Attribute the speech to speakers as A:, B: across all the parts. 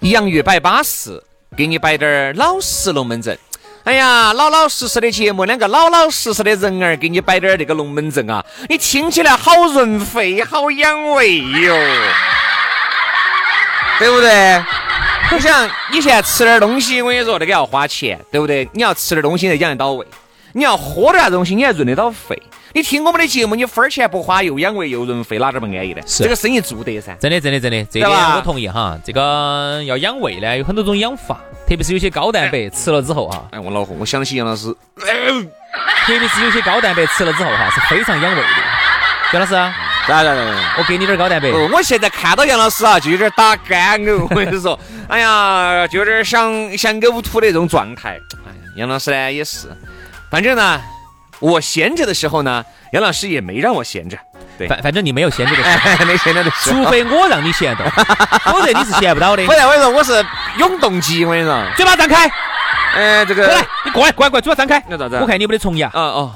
A: 洋芋摆巴适，给你摆点儿老实龙门阵。哎呀，老老实实的节目，两个老老实实的人儿，给你摆点儿这个龙门阵啊！你听起来好润肺，好养胃哟，对不对？你想，你现在吃点儿东西，我跟你说，那个要花钱，对不对？你要吃点儿东西才养得到胃，你要喝点儿啥东西，你还润得到肺。你听我们的节目，你分儿钱不花，又养胃又润肺，哪点儿不安逸呢？
B: 是
A: 这个生意做得噻。
B: 真的，真的，真的，这
A: 对
B: 点
A: 吧
B: 我同意哈。这个要养胃呢，有很多种养法，特别是有些高蛋白吃了之后啊，
A: 哎，我恼火，我想起杨老师。
B: 特别是有些高蛋白吃了之后哈，是非常养胃的。袁老师，啊
A: 来来来来。
B: 我给你点儿高蛋白，
A: 哦，我现在看到杨老师啊，就有点打干呕。我跟你说，哎呀，就有点想想呕吐的那种状态。哎呀，杨老师呢也是，反正呢，我闲着的时候呢，杨老师也没让我闲着，对
B: 反反正你没有闲着的事，
A: 哎，没闲着的时
B: 除
A: 候。
B: 非我让你闲 到，否则你是闲不到的
A: 不。是，我跟你说，我是永动机。我跟你说，
B: 嘴巴张开，过
A: 哎，这个
B: 来，你过来，过来，过来，嘴巴张开。
A: 那咋子
B: 我看你有没得虫牙。
A: 啊哦。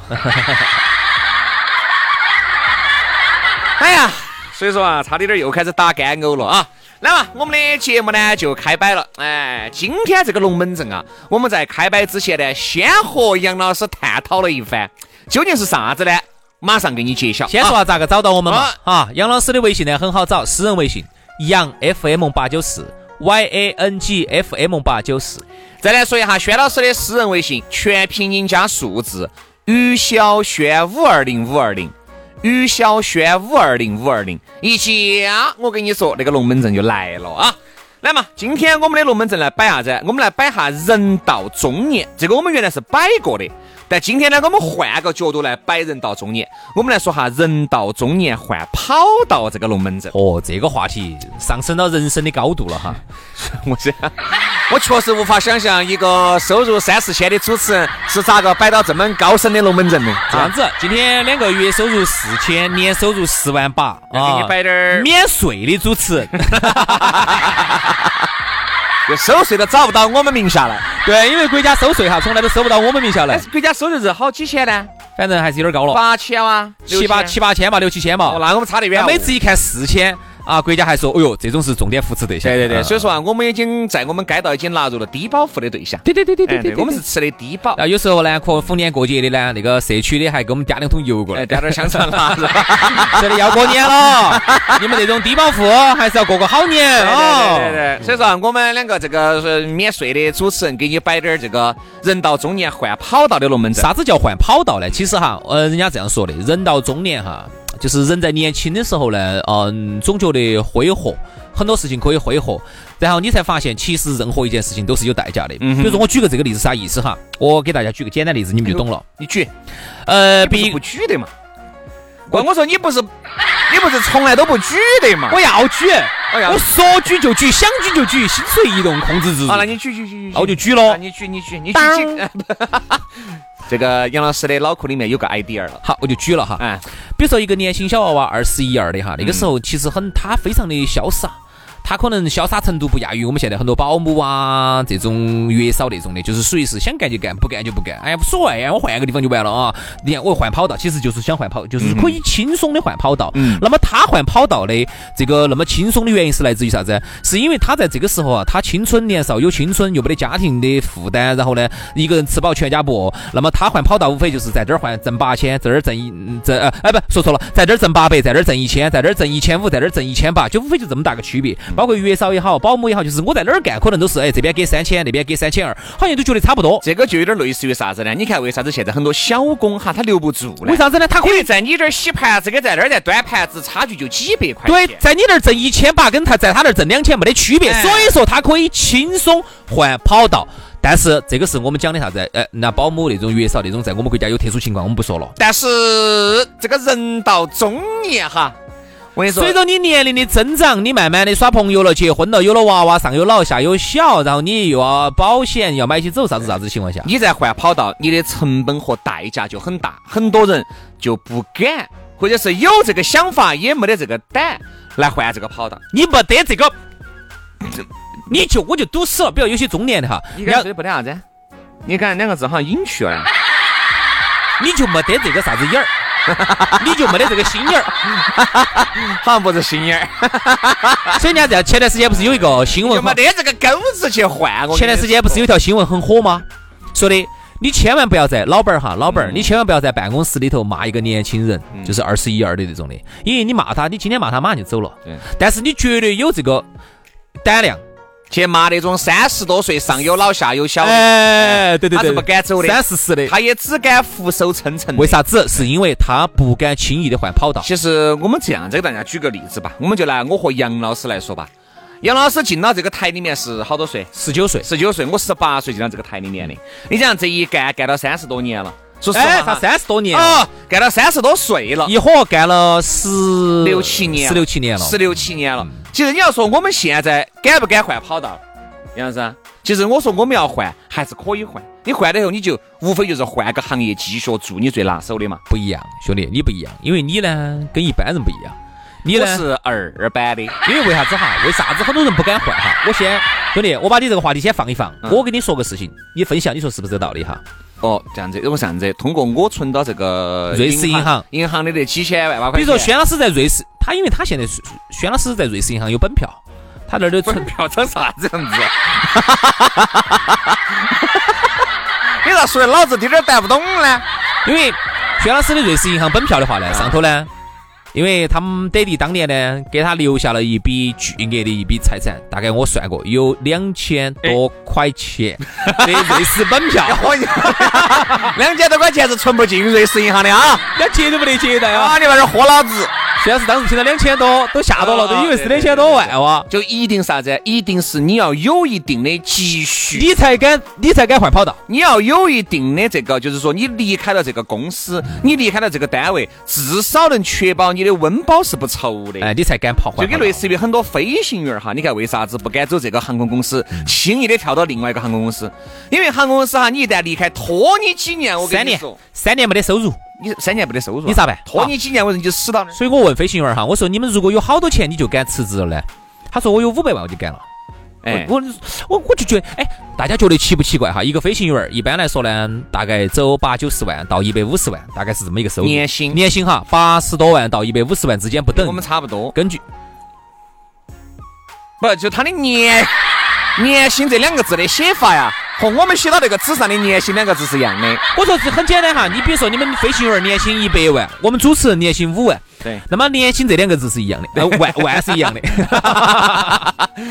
A: 哎呀，所以说啊，差点点又开始打干呕了啊。来嘛，我们的节目呢就开摆了。哎，今天这个龙门阵啊，我们在开摆之前呢，先和杨老师探讨了一番，究竟是啥子呢？马上给你揭晓。
B: 先说
A: 啊
B: 下咋个找到我们嘛
A: 啊？
B: 啊，杨老师的微信呢很好找，私人微信杨 FM 八九四 Y A N G F M 八九四。
A: 再来说一下轩老师的私人微信，全拼音加数字，于小轩五二零五二零，于小轩五二零五二零，一加，我跟你说，那个龙门阵就来了啊！来嘛，今天我们的龙门阵来摆啥子？我们来摆下人到中年，这个我们原来是摆过的。但今天呢，我们换个角度来摆人到中年，我们来说下人到中年换跑道这个龙门阵。
B: 哦，这个话题上升到人生的高度了哈。
A: 我这， 我确实无法想象一个收入三四千的主持人是咋个摆到这么高深的龙门阵啊的。
B: 这样子，今天两个月收入四千，年收入四万八
A: 要
B: 啊，
A: 给你摆点儿
B: 免税的主持人。
A: 这收税都找不到我们名下来，
B: 对，因为国家收税哈，从来都收不到我们名下来
A: 但，是国家收入是好几千呢，
B: 反正还是有点高了，
A: 八千啊，
B: 七八七
A: 八。
B: 八千吧，六七千
A: 哦，
B: 吧。
A: 那我们差得远
B: 那
A: 哦。
B: 每次一看四千啊，国家还说，哎呦，这种是重点扶持对象。
A: 对对对，
B: 嗯
A: 所以说啊，我们已经在我们街道已经纳入了低保户的对象。
B: 对对对对
A: 哎
B: 对对，
A: 我们是吃的低哎保，
B: 啊，有时候呢，可逢年过节的呢，那个社区的还给我们加两桶 油过
A: 哎，
B: 来，
A: 带点香肠啦，是吧？
B: 这里要过年了，你们这种低保户还是要过个好年哦。
A: 对对对，所以说啊我们两个这个是免税的主持人给你摆点儿这个人到中年换跑道的龙门阵。
B: 啥子叫换跑道呢？其实哈，呃，人家这样说的，人到中年哈，就是人在年轻的时候呢，嗯、总觉得挥霍，很多事情可以挥霍，然后你才发现，其实任何一件事情都是有代价的。
A: 嗯哼
B: 比如说我举个这个例子啥意思哈？我给大家举个简单例子，你们就懂了。
A: 你举。
B: 呃，
A: 不
B: 比
A: 是不举的嘛。我我说你不是，你不是从来都不举的嘛？哎
B: 我要举，
A: 呀
B: 我说举就举，想举就举，心随意动，控制自如。
A: 好了，你举举举举，
B: 那我就举
A: 啊
B: 喽。
A: 你举你举你举举。这个杨老师的脑壳里面有个 idea 了，
B: 好，我就举了哈。
A: 哎，
B: 比如说一个年轻小娃娃二十一二的哈，那个时候其实很他非常的潇洒，他可能潇洒程度不亚于我们现在很多保姆啊这种月嫂那种的，就是属于是想干就干，不干就不干。哎呀，无所谓呀，我换个地方就完了啊。你看我换跑道，其实就是想换跑，就是可以轻松的换跑道。
A: 嗯
B: 那么他换跑道的这个那么轻松的原因是来自于啥子？是因为他在这个时候啊，他青春年少有青春，又没得家庭的负担，然后呢，一个人吃饱全家不饿。那么他换跑道无非就是在这儿换挣八千，这儿挣一嗯挣呃哎不说错了，在这儿挣八百，在这儿挣一千，在这儿挣一千五，在这儿挣一千八，就无非就这么大个区别。包括月嫂也好，保姆也好，就是我在哪儿干，可能都是哎这边给三千，那边给三千二，好像都觉得差不多。
A: 这个就有点类似于啥子呢？你看为啥子现在很多小工哈他留不住呢？
B: 为啥子呢？他可
A: 因
B: 以
A: 为在你这儿洗盘子，跟在那儿在端盘子，差距就几百块
B: 对
A: 钱。，
B: 哎在你那儿挣一千八，跟他在他那儿挣两千没得区别，
A: 哎
B: 所以说他可以轻松换跑道。但是这个是我们讲的啥子？呃，那保姆那种月嫂那种，在我们国家有特殊情况，我们不说了。
A: 但是这个人到中年哈，我跟你说，
B: 随着你年龄的增长，你慢慢的耍朋友了，结婚了，有了娃娃，上有老下有小，然后你又要保险，要买起走啥子啥子的情况下，
A: 你在换跑道，你的成本和代价就很大，很多人就不敢，或者是有这个想法，也没得这个胆来换这个跑道。
B: 你没得这个，你就我就堵死了。比如有些中年的哈，
A: 你
B: 要
A: 刚才说的不得啥子？你刚才两个字好像隐去 了。
B: 你就没得这个啥子眼儿， 你就没得这个心眼儿。
A: 好像不是心眼儿，
B: 所以人家在前段时间不是有一个新闻
A: 就
B: 哈
A: 没得这个钩子去换。我跟你
B: 前段时间不是有条新闻很火吗？说的你千万不要在老板儿哈，老板儿，
A: 嗯
B: 你千万不要在办公室里头骂一个年轻人，就是二十一二的那种的，因为你骂他，你今天骂他马上就走了
A: 对。
B: 但是你绝对有这个胆量，
A: 去骂那种三十多岁上有老下有小的，
B: 哎，对对
A: 他
B: 对，
A: 是不敢走的
B: 三四十的，
A: 他也只敢俯首称臣。
B: 为？啥子？是因为他不敢轻易的换跑道。
A: 其实我们这样，再给大家举个例子吧，我们就拿我和杨老师来说吧。杨老师进到这个台里面是好多岁？
B: 十九岁，
A: 十九岁，我十八岁进到这个台里面的。你想这一干干到三十多年了，说实话
B: 哎，
A: 哈，
B: 他三十多年了，
A: 哦，干到三十多岁了，
B: 一伙干了十
A: 六七年了，
B: 十六七年了，嗯
A: 十六七年了。其实你要说我们现在敢不敢换跑道，杨老师啊？其实我说我们要换，还是可以换。你换了以后，你就无非就是换个行业继续做你最拿手的嘛。
B: 不一样，兄弟，你不一样，因为你呢跟一般人不一样，你
A: 我
B: 呢
A: 是二班的，
B: 因为为啥子哈？为啥子很多人不敢换哈？我先，兄弟，我把你这个话题先放一放。
A: 嗯
B: 我跟你说个事情，你分享，你说是不是这个道理哈？
A: 哦，这样子，我这样子，通过我存到这个
B: 瑞士银行
A: 银行的那几千万万块钱，
B: 比如说轩老师在瑞士，他因为他现在是轩老师在瑞士银行有本票，他那儿的存
A: 本票长啥子样子？啊 你咋说的老子滴点儿带不懂呢？
B: 因为轩老师的瑞士银行本票的话
A: 啊
B: 呢，上头呢，因为他们爹地当年呢给他留下了一笔巨额的一笔财产，大概我算过有两千多
A: 哎
B: 块 钱的瑞士本票，
A: 我两千多块钱是存不进瑞士银行的啊！
B: 那接都没得接待
A: 啊，！你把这豁老子，
B: 轩老师当时听到两千多都吓到了，都以为是
A: 啊对
B: 两
A: 对
B: 千多万哇。
A: 就一定啥子？一定是你要有一定的积蓄，
B: 你才敢，你才敢换跑道。
A: 你要有一定的这个，就是说你离开了这个公司，你离开了这个单位，至少能确保你的温饱是不愁的。
B: 哎，你才敢跑
A: 就
B: 换跑道。
A: 跟类似于很多飞行员儿哈，你看为啥子不敢走这个航空公司，轻易的跳到另外一个航空公司？因为航空公司哈，你一旦离开，拖你几年，我
B: 三
A: 跟你
B: 年
A: 说，，
B: 三年没得收入。
A: 你三年不得收入啊，
B: 你咋办
A: 拖你几年，我人就死到那儿。
B: 所以我问飞行员儿哈，我说你们如果有好多钱，你就敢辞职了呢？他说我有五百万，我就干了。
A: 哎，
B: 我我我就觉得，哎，大家觉得奇不奇怪哈？一个飞行员儿一般来说呢，大概走八九十万到一百五十万，大概是这么一个收入。
A: 年薪
B: 年薪哈，八十多万到一百五十万之间不等
A: 我。们差不多，
B: 根据
A: 不就他的年年薪这两个字的写法呀，和我们写到那个纸上的年薪两个字是一样 的。
B: 我说这很简单哈，你比如说你们飞行员儿年薪一百万，我们主持人年薪五万，
A: 对，
B: 那么年薪这两个字是一样的，呃，万万是一 样的。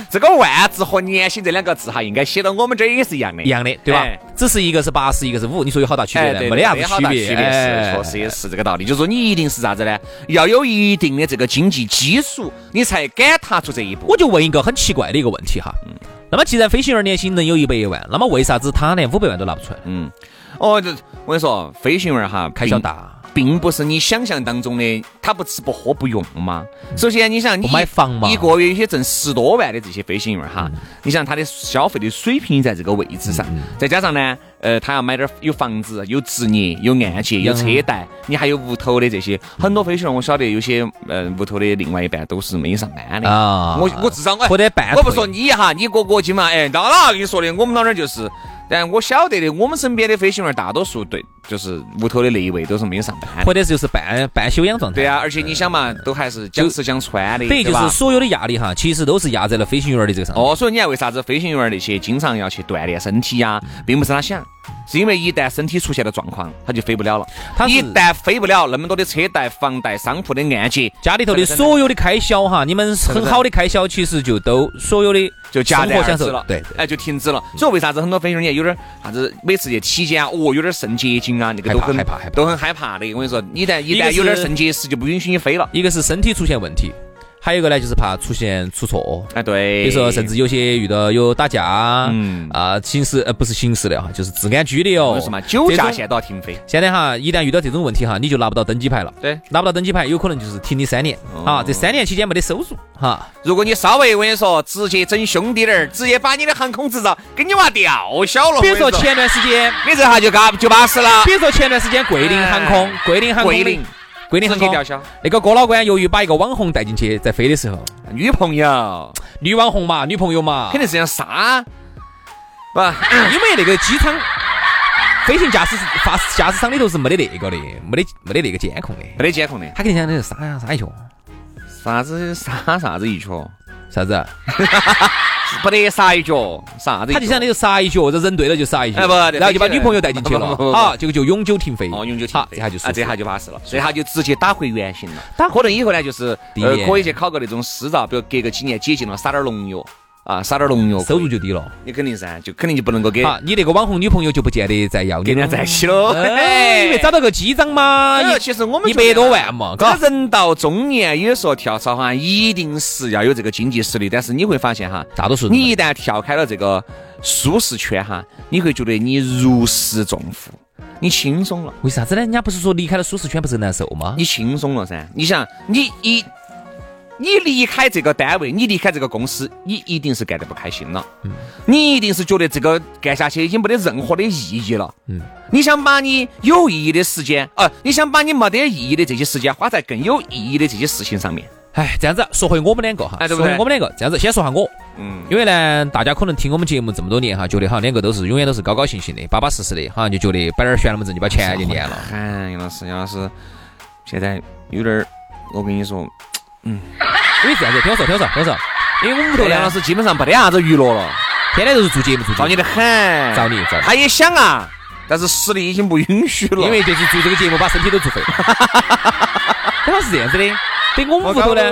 A: 这个万字和年薪这两个字哈，应该写到我们这儿也是一样的。
B: 一样的，对吧
A: 哎？
B: 只是一个是八十，一个是五，你说有好大区别
A: 哎，
B: 呢？
A: 对，
B: 没得啥
A: 好
B: 子
A: 大
B: 区别，
A: 区别是，
B: 哎
A: 确实也是这个道理。就是说你一定是啥子呢？要有一定的这个经济基础，你才敢踏出这一步。
B: 我就问一个很奇怪的一个问题哈。那么既然飞行员年薪能有一百万，那么为啥子他连五百万都拿不出来？
A: 嗯，哦，这我跟你说，飞行员儿哈
B: 开销，大，
A: 并不是你想象当中的，他不吃不喝不用嘛。首先，你想你
B: 嗯不买房嘛嗯
A: 一个月有些挣十多万的这些飞行员哈，你想他的消费的水平在这个位置上，再加上呢，呃，他要买点儿有房子、有职业、有按揭、有
B: 嗯
A: 车贷，你还有屋头的这些，很多飞行员我晓得有些呃屋头的另外一半都是没上班的
B: 啊
A: 我我至少我
B: 或者半
A: 我不
B: 退
A: 说你哈，你过国际嘛，哎，到哪跟你说的，我们老那儿就是。但我晓得的，我们身边的飞行员大多数对，就是屋头的那一位都是没有上班的。
B: 或者是就是半半休养状态。
A: 对啊，而且你想嘛，都还是讲吃讲穿的，
B: 等于
A: 对
B: 就
A: 吧
B: 是？所有的压力哈，其实都是压在了飞行员的这个上面。
A: 哦，所以你看为啥子飞行员那些经常要去锻炼身体呀、并不是他想，是因为一旦身体出现了状况，他就飞不了了。
B: 他是
A: 一旦飞不了，那么多的车贷、房贷、商铺的按揭，
B: 家里头的所有的开销哈，你们很好的开销，其实就都所有的
A: 就戛
B: 生
A: 然
B: 活
A: 而
B: 享
A: 止
B: 受
A: 了，
B: 对，
A: 哎，就停止了。所以为啥子很多飞行员有点啥子，每次去体检啊，哦，有点肾结晶啊，那个都
B: 害怕
A: 很
B: 害怕害怕
A: 都很害怕的。我跟你说，一旦一
B: 一个
A: 旦有点
B: 是
A: 肾结石，就不允许你飞了。
B: 一个是身体出现问题，还有一个呢就是怕出现出错。
A: 哎，对，
B: 比如说，甚至有些遇到有打架，
A: 嗯
B: 嗯啊，刑事呃不是刑事的哈，就是治安拘留
A: 我说嘛，酒
B: 哦这
A: 驾现
B: 种
A: 在都要停飞。
B: 现在哈，一旦遇到这种问题哈，你就拿不到登机牌了，
A: 对，
B: 拿不到登机牌，有可能就是停你三年
A: 哦
B: 啊，这三年期间没得收入哈，
A: 如果你稍微我跟你说，直接整凶滴点儿，直接把你的航空执照给你娃吊销了。
B: 比如
A: 哦
B: 说
A: 我跟你
B: 前段时间，
A: 你这下就嘎就巴适了
B: 比，如说前段时间桂林航空，桂林航空
A: 桂
B: 的
A: 林
B: 桂林
A: 直
B: 航
A: 接
B: 空
A: 吊销。
B: 那个郭老倌由于把一个网红带进去，在飞的时候，
A: 女朋友
B: 女网红嘛，女朋友嘛
A: 肯，定是想杀，不，
B: 因为那个机场飞行驾驶发驾驶舱里头是没得那个的，没得没得那个监控的，
A: 没得监控的，
B: 他肯定想的是杀呀杀一脚，
A: 啥子杀啥子一脚，
B: 啥子？啊
A: 不得杀一脚，啥子一脚？
B: 他就想的就杀一脚，这人对了就杀一脚，
A: 哎不对
B: 然后就把女朋友带进 去
A: 不
B: 了啊
A: 不不，不
B: 好，结果就永久停飞，
A: 哦，永久停
B: 好，
A: 飞
B: 这下就舒服
A: 啊，这下就巴适了，这下就直接打回原形了。
B: 打
A: 可能以后呢，就是
B: 第一
A: 呃，
B: 年
A: 可以去考个那种私照，比如隔个几年解禁了，撒点儿农药啊，撒点儿农药，
B: 收入就低了。
A: 你肯定噻，就肯定就不能够给
B: 好，你那个网红女朋友就不见得再要你
A: 哎跟人
B: 了
A: 家。在一起喽。
B: 哎，因为找到个机长嘛，
A: 哎
B: 一
A: 其实我们啊
B: 一百多万嘛，
A: 这
B: 嘎，
A: 人到中年，有时候跳槽哈，一定是要有这个经济实力。但是你会发现哈，
B: 大多数人
A: 你一旦跳开了这个舒适圈哈，你会觉得你如释重负，你轻松了，
B: 为啥子呢？人家不是说离开了舒适圈不是很难受吗？
A: 你轻松了噻。你想，你一你离开这个单位，你离开这个公司，你一定是干得不开心了，
B: 嗯
A: 你一定是觉得这个干下去已经没得任何的意义了。
B: 嗯
A: 你想把你有意义的时间，啊，你想把你没得意义的这些时间花在更有意义的这些事情上面。
B: 哎，这样子说回我们两个哈，
A: 哎对不
B: 说回
A: 对
B: 我们两个这样子，先说下我，
A: 嗯，
B: 因为呢，大家可能听我们节目这么多年哈，觉得哈两个都是永远都是高高兴兴的、巴巴适适的，好像就觉得摆点悬那么正就把钱就念了。
A: 哎，杨老师，杨老师，现在有点儿，我跟你说，
B: 因哎为这样子，听我说，听我说，听我说，因为我们屋头
A: 杨老
B: 呢，
A: 师基本上没得啥子娱乐了，
B: 天天都是做节目做节
A: 造
B: 目
A: 孽，的很，
B: 造孽造孽
A: 他也想啊，但是实力已经不允许了，
B: 因为就是做这个节目把身体都做废了。然后是这样子的，对 我们屋头呢，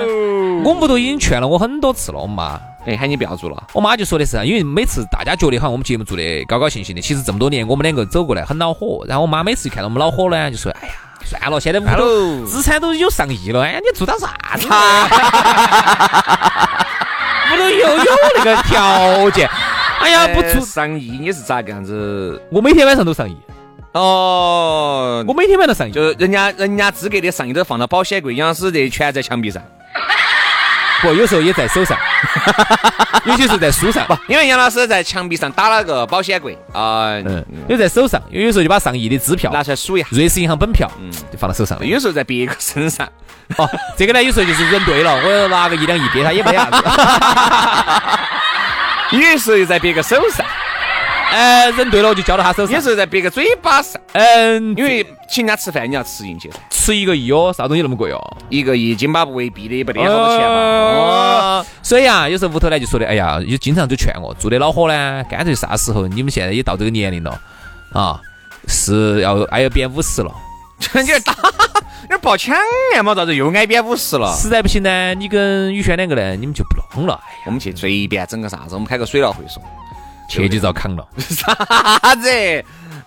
B: 我们屋头已经劝了我很多次了，我妈。
A: 哎喊你不要做了，
B: 我妈就说的是啊，因为每次大家觉得好像我们节目做的高高兴兴的，其实这么多年我们两个走过来很恼火。然后我妈每次一看到我们恼火呢，就说：“哎呀，算了，现在屋头
A: Hello
B: 资产都有上亿了，哎，你做到啥子呢？屋头又有那个条件，哎呀，不
A: 哎
B: 做，
A: 上亿你是咋个样子？
B: 我每天晚上都上亿，
A: 哦
B: 我。每天晚上都上亿，
A: 就是人家人家资格的上衣都放到保险柜，杨老师这全在墙壁上。
B: 不，有时候也在手上， 有些时候在书上，
A: 因为杨老师在墙壁上打了个保险柜啊，
B: 嗯
A: 嗯，
B: 有在手上，有有时候就把上亿的支票
A: 拿。出来数一下。
B: 瑞士银行本票，嗯，就放到手上了。
A: 有时候在别个身上，
B: 哦，这个呢，有时候就是人对了，我拿个一两亿给他也没得啥子。
A: 有时候又在别个手 上，
B: 呃，人对了我就交到他手上。
A: 有时候在别个嘴巴上。
B: 嗯，
A: 因为请人家吃饭，你要吃进去噻。
B: 吃一个亿哦，啥东西那么贵哦？
A: 一个亿津巴布韦币的也不得
B: 哎
A: 好多钱嘛。哦，
B: 哦，所以啊，有时候屋头呢就说的，哎呀，也经常就劝我，做的恼火呢，干脆啥时候你们现在也到这个年龄了啊，是要挨边五十了，
A: 你这打，你这抱抢呀嘛，咋子又挨边五十了？
B: 实在不行呢，你跟宇轩两个呢，你们就不弄了，哎呀，
A: 我们去随便整个啥子，我们开个水疗会所。
B: 去就遭 扛了。
A: 啥子？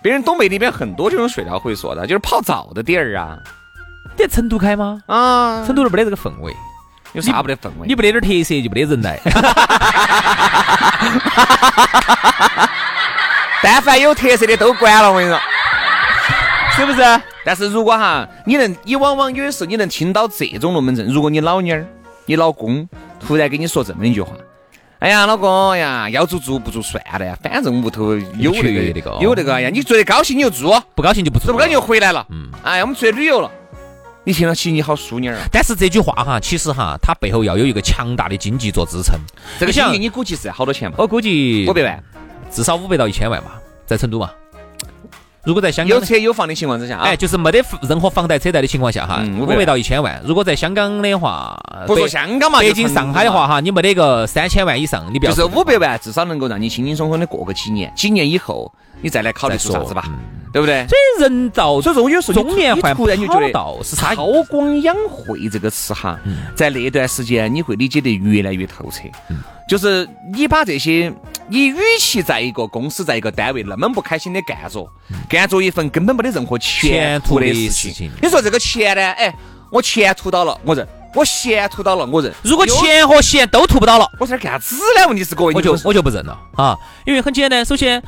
A: 别人东北那边很多这种水疗会所的，就是泡澡的地儿啊
B: 在成都开吗？
A: 啊，
B: 成都人没得这个氛围，
A: 有啥不得氛围？
B: 你没得点特色就没得人来。
A: 但凡有特色的都关了，我跟你说。
B: 是不是？
A: 但是如果哈，你能，你往往有的时候你能听到这种龙门阵。如果你老妞儿、你老公突然跟你说这么一句话，哎呀，老公哎呀，要做做不做算了呀，反正屋头有
B: 缺
A: 那
B: 那个
A: 个
B: 哦
A: 有那个，哎呀，你觉得高兴你就做，
B: 不高兴就不做了。
A: 做不高兴就回来了。
B: 嗯
A: 哎呀，我们出去旅游了，你听了起你好淑女儿啊，
B: 但是这句话哈，其实哈，它背后要有一个强大的经济做支撑。
A: 这个哦
B: 你想
A: 经济你估计是好多钱嘛？
B: 我估计
A: 五百万，
B: 至少五百到一千万吧，在成都嘛。如果在香港
A: 有
B: 呢，
A: 车有房的情况之下啊
B: 哎，，就是没得房任何房贷车贷的情况下哈，
A: 嗯
B: 五
A: 500
B: 百到一千万。如果在香港的话，
A: 不说
B: 北
A: 香港嘛，
B: 北
A: 就
B: 京、
A: 成都
B: 上海的
A: 嘛
B: 话哈，你没得个三千万以上，你不要
A: 就是五百万，至少能够让你轻轻松松的过个几年，几年以后你再来考虑
B: 再
A: 做
B: 说
A: 啥子吧，
B: 嗯
A: 对不对？
B: 这人到
A: 所以说，有时候你
B: 中年
A: 你
B: 换
A: 突然就觉
B: 跑
A: 得
B: 道是啥意思
A: 韬光养晦这个词哈，
B: 嗯
A: 在那段时间你会理解得越来越透彻。就是你把这些，你与其在一个公司、在一个单位那么不开心的干着，干着一份根本没得任何前途的
B: 嗯前途的
A: 事
B: 事情
A: 情，你说这个钱呢？哎，我前途到了，我认；我闲途到了，我认。
B: 如果
A: 有，
B: 钱和闲都图不到了，
A: 我在这儿干啥子呢？问题是各位，
B: 我
A: 你
B: 就
A: 们是
B: 我就不认了啊，因为很简单，首先。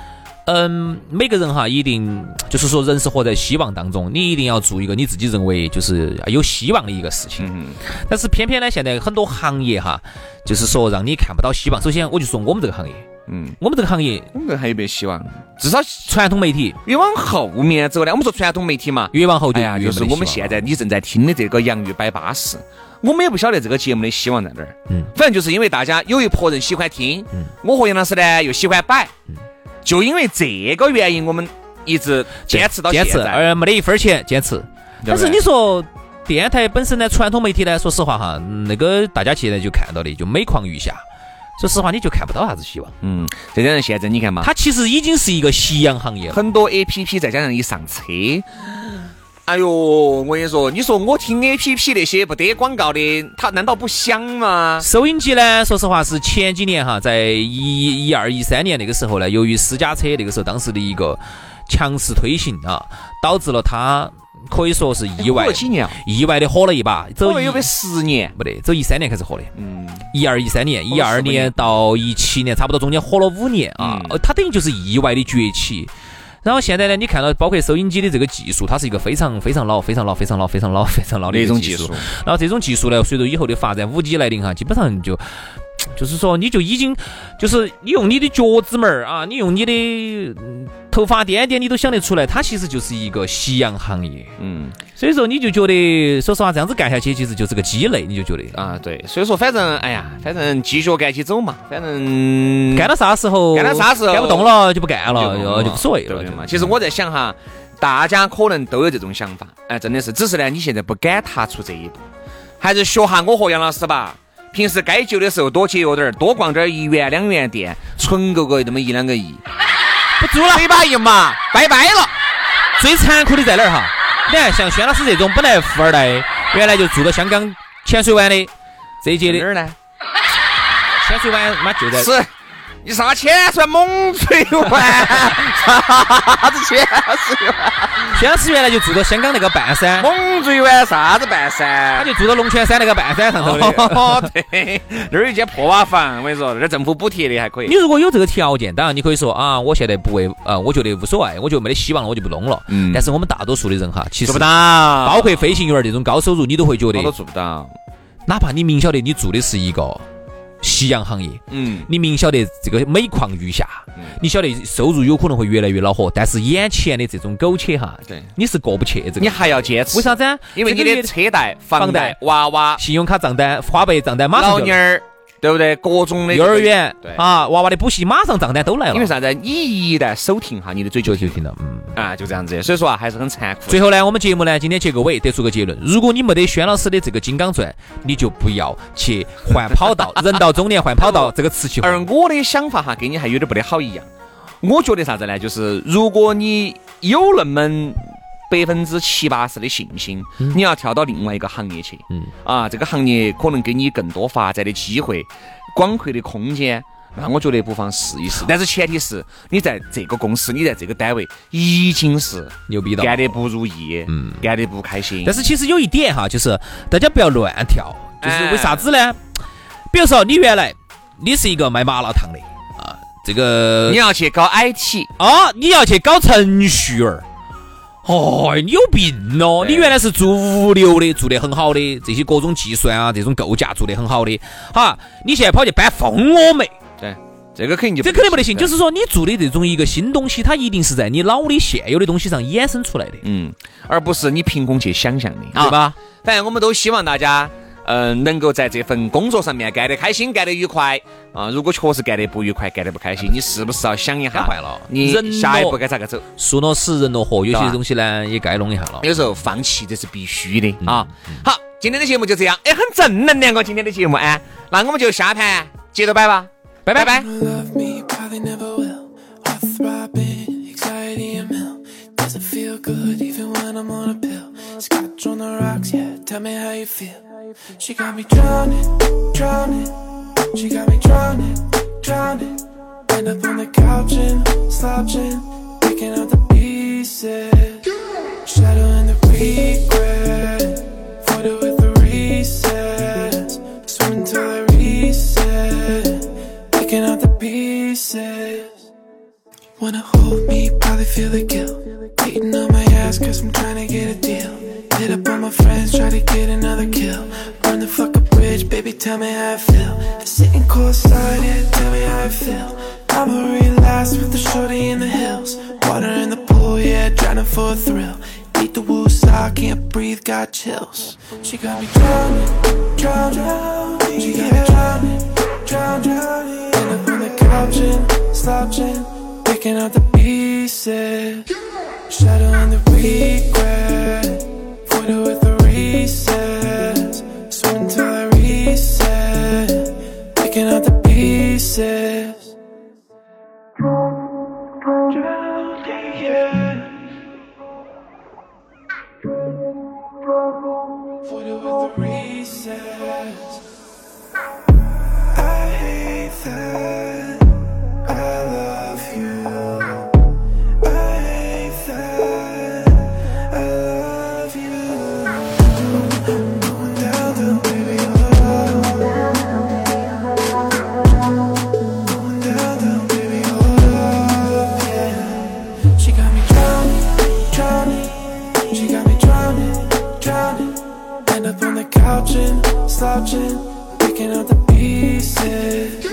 B: 嗯，每个人哈，一定就是说，人是活在希望当中，你一定要做一个你自己认为就是有希望的一个事情。
A: 嗯
B: 但是偏偏呢，现在很多行业哈，就是说让你看不到希望。首先，我就说我们这个行业，
A: 嗯。
B: 我们这个行业
A: 我们还有没有希望？至少
B: 传统媒体
A: 越往后面走呢，我们说传统媒体嘛，
B: 越往后就
A: 哎
B: 越
A: 呀，就是
B: 没得希望啊
A: 我们现在你正在听的这个《洋芋摆巴士》，我们也不晓得这个节目的希望在哪儿。
B: 嗯
A: 嗯，反正就是因为大家有一拨人喜欢听，我和杨老师呢又喜欢摆，
B: 嗯
A: 就因为这个原因，我们一直坚持到
B: 坚
A: 现
B: 持，
A: 在。
B: 而没得一分钱坚持。
A: 对
B: 但
A: 不对
B: 是你说电台本身呢，传统媒体呢，说实话哈，嗯那个大家现在就看到的就每况愈下。说实话，你就看不到啥子希望。
A: 嗯，再加上现在你看嘛，
B: 它其实已经是一个夕阳行业了。
A: 很多 A P P 再加上一上车，哎呦，我跟你说，你说我听 A P P 那些不得广告的，它难道不香吗？
B: 收音机呢，说实话是前几年哈，在一一二一三年那个时候呢，由于私家车那个时候当时的一个强势推行啊，导致了它可以说是意外
A: 过了几年啊，
B: 意外的火了一把。
A: 我
B: 走
A: 们
B: 一
A: 有没有十年？
B: 没得，走一三年开始火的，
A: 嗯，
B: 一二一三年，一
A: 火了
B: 二
A: 15
B: 年
A: 年
B: 到一七年，差不多中间火了五年啊
A: 嗯，
B: 呃它等于就是意外的崛起。然后现在呢，你看到包括收音机的这个技术，它是一个非常非常老、非常老、非常老、非常老、非常老的一
A: 那
B: 个
A: 种
B: 技
A: 技
B: 术
A: 术。，
B: 然后这种技术呢，随着以后的发展，五 G 来临哈，基本上就就是说，你就已经就是你用你的脚趾拇儿啊，你用你的嗯头发点点，你都想得出来，它其实就是一个夕阳行业。
A: 嗯
B: 所以说，你就觉得，说实话，这样子干下去，其实就是个鸡肋，你就觉得啊，
A: 啊，对，所以说反正哎呀，反正继续赶起走嘛，反正
B: 干到啥时候，
A: 嗯干到啥时候
B: 干不动了就不干
A: 就
B: 了，就就无所谓
A: 对
B: 了
A: 不对嘛。
B: 就
A: 其实我在想哈，大家可能都有这种想法，哎，真的是，只是呢，你现在不敢踏出这一步，还是学下我和杨老师吧。平时该节约的时候多节约点儿，多逛点儿一元两元店，存够个那么一两个亿，
B: 不做了。
A: 嘴巴一麻，拜拜了。
B: 最残酷的在哪儿哈？你看，像轩老师这种本来富二代，原来就住到香港浅水湾的这一届
A: 哪
B: 的
A: 儿呢？
B: 浅水湾，妈就在
A: 是，你啥钱算猛吹完， 啥子钱水完？
B: 轩老师原来就住到香港那个半山，
A: 猛追完啥子办
B: 他
A: 噻？
B: 就住到龙泉山那个半山上头的。
A: 哦，对，那儿有一间破瓦房，我跟你说，那儿政府补贴的还 可
B: 你
A: 以。
B: 如果有这个条件，当然你可以说啊，我现在不为啊，我觉得无所谓，我觉得没得希望了，我就不弄了。
A: 嗯
B: 但是我们大多数的人哈，其实
A: 做不到，
B: 包括飞行员这种高收入，你都会觉得
A: 我，都做不到。
B: 哪怕你明晓得你做的是一个夕阳行业，
A: 嗯，
B: 你明晓得这个每况愈下
A: 嗯，
B: 你晓得收入有可能会越来越恼火，但是眼前的这种苟且哈，
A: 对，
B: 你是过不去这
A: 你
B: 个。
A: 还要坚持，
B: 为啥？子啊？
A: 因为你
B: 这个
A: 的
B: 月
A: 车贷、
B: 房
A: 房
B: 贷
A: 贷、娃娃、
B: 信用卡账单、花呗账单马上
A: 老
B: 就
A: 妞儿，对不对？各种的
B: 幼儿，园
A: 对
B: 啊，娃娃的补习马上账单都来了。
A: 因为啥子？你一旦手停哈，你的嘴就
B: 就
A: 停
B: 就听到，嗯。
A: 啊，就这样子。所以说啊，还是很残酷的。
B: 最后呢，我们节目呢，今天结个尾，得出个结论：如果你没得轩老师的这个金刚钻，你就不要去换跑道。人到中年换跑
A: 哎
B: 道，这个词气。
A: 而我的想法哈，跟你还有点不得好一样。我觉得啥子呢？就是如果你有那么百分之七八十的信心，你要跳到另外一个行业去，
B: 嗯
A: 啊，这个行业可能给你更多发展的机会、广阔的空间。那我觉得不妨试一试，但是前提是你在这个公司、你在这个单位已经是
B: 牛逼到
A: 干得不如意，
B: 嗯
A: 嗯，干得不开心。
B: 但
A: 是
B: 是其实有一点哈，就是大家不要乱跳，就是为啥子呢？比
A: 哎
B: 如说你原来你是一个卖麻辣烫的啊，这个
A: 你要去搞 IT，
B: 啊哦，你要去搞程序员儿，哦，你有病哦！你原来是做物流的，做得很好的，这些各种计算啊，这种构架做得很好的，哈，你现在跑去搬蜂窝煤，
A: 对，这个肯定就
B: 这肯定不得行。就是是说，你做的这种一个新东西，它一定是在你老的现有的东西上衍生出来的，
A: 嗯，而不是你凭空去想象的，
B: 对？吧？
A: 反正我们都希望大家，嗯、能够在这份工作上面干得开心，干得愉快啊、如果确实干得不愉快，干得不开心，你是不是要想一下
B: 啊太坏了
A: 你
B: 人
A: 下一
B: 咯
A: 步该咋个走？
B: 树挪死，人挪活，有
A: 对
B: 些
A: 吧
B: 东西呢也该弄一下了。
A: 有时候放弃这是必须的啊。好，今天的节目就这样，哎，很正能量哦，今天的节目啊，那我们就下盘接着摆吧，拜拜拜。
C: love me, probably never will. I throbbing, anxiety and mill. Doesn't feel good even when I'm on a pill. Scotch on the rocks, yeah. Tell me how you feel. She got me drowning, drowning. She got me drowning, drowning. End up on the couch and slouching, picking up the pieces. Shadow in the regret. Photo with the reset. Swim till I reset. Picking up the pieces. Wanna hold me, probably feel the guilt. Beating on my ass, cause I'm trying to get a deal. Hit up on my friends, try to get another kill. Burn the fuck up bridge, baby, tell me how I feel. Sitting courtside, yeah, tell me how I feel. I'ma relax with the shorty in the hills. Water in the pool, yeah, drowning for a thrill. Beat the wolves, I can't breathe, got chills. She got me drowning, drowning. She got me drowning, drowning, drowning. End up on the couch and slouching picking up the pieces. Shadow and the regret. Voided with the recess. Swim till I reset. Picking up the pieces. Drown, yeah, yeah. Voided with the recess. I hate that. I love you. I hate that. I love you. Going down the baby hole. Going down the baby hole. Yeah. She got me drowning, drowning. She got me drowning, drowning. End up on the couch and slouching, picking up the pieces.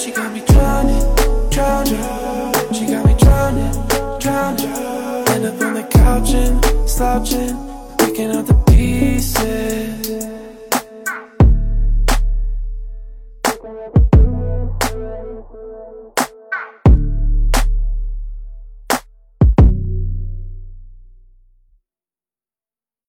C: She got me drowning, drowning. She got me drowning, drowning. End up on the couch and slouching, picking up the pieces.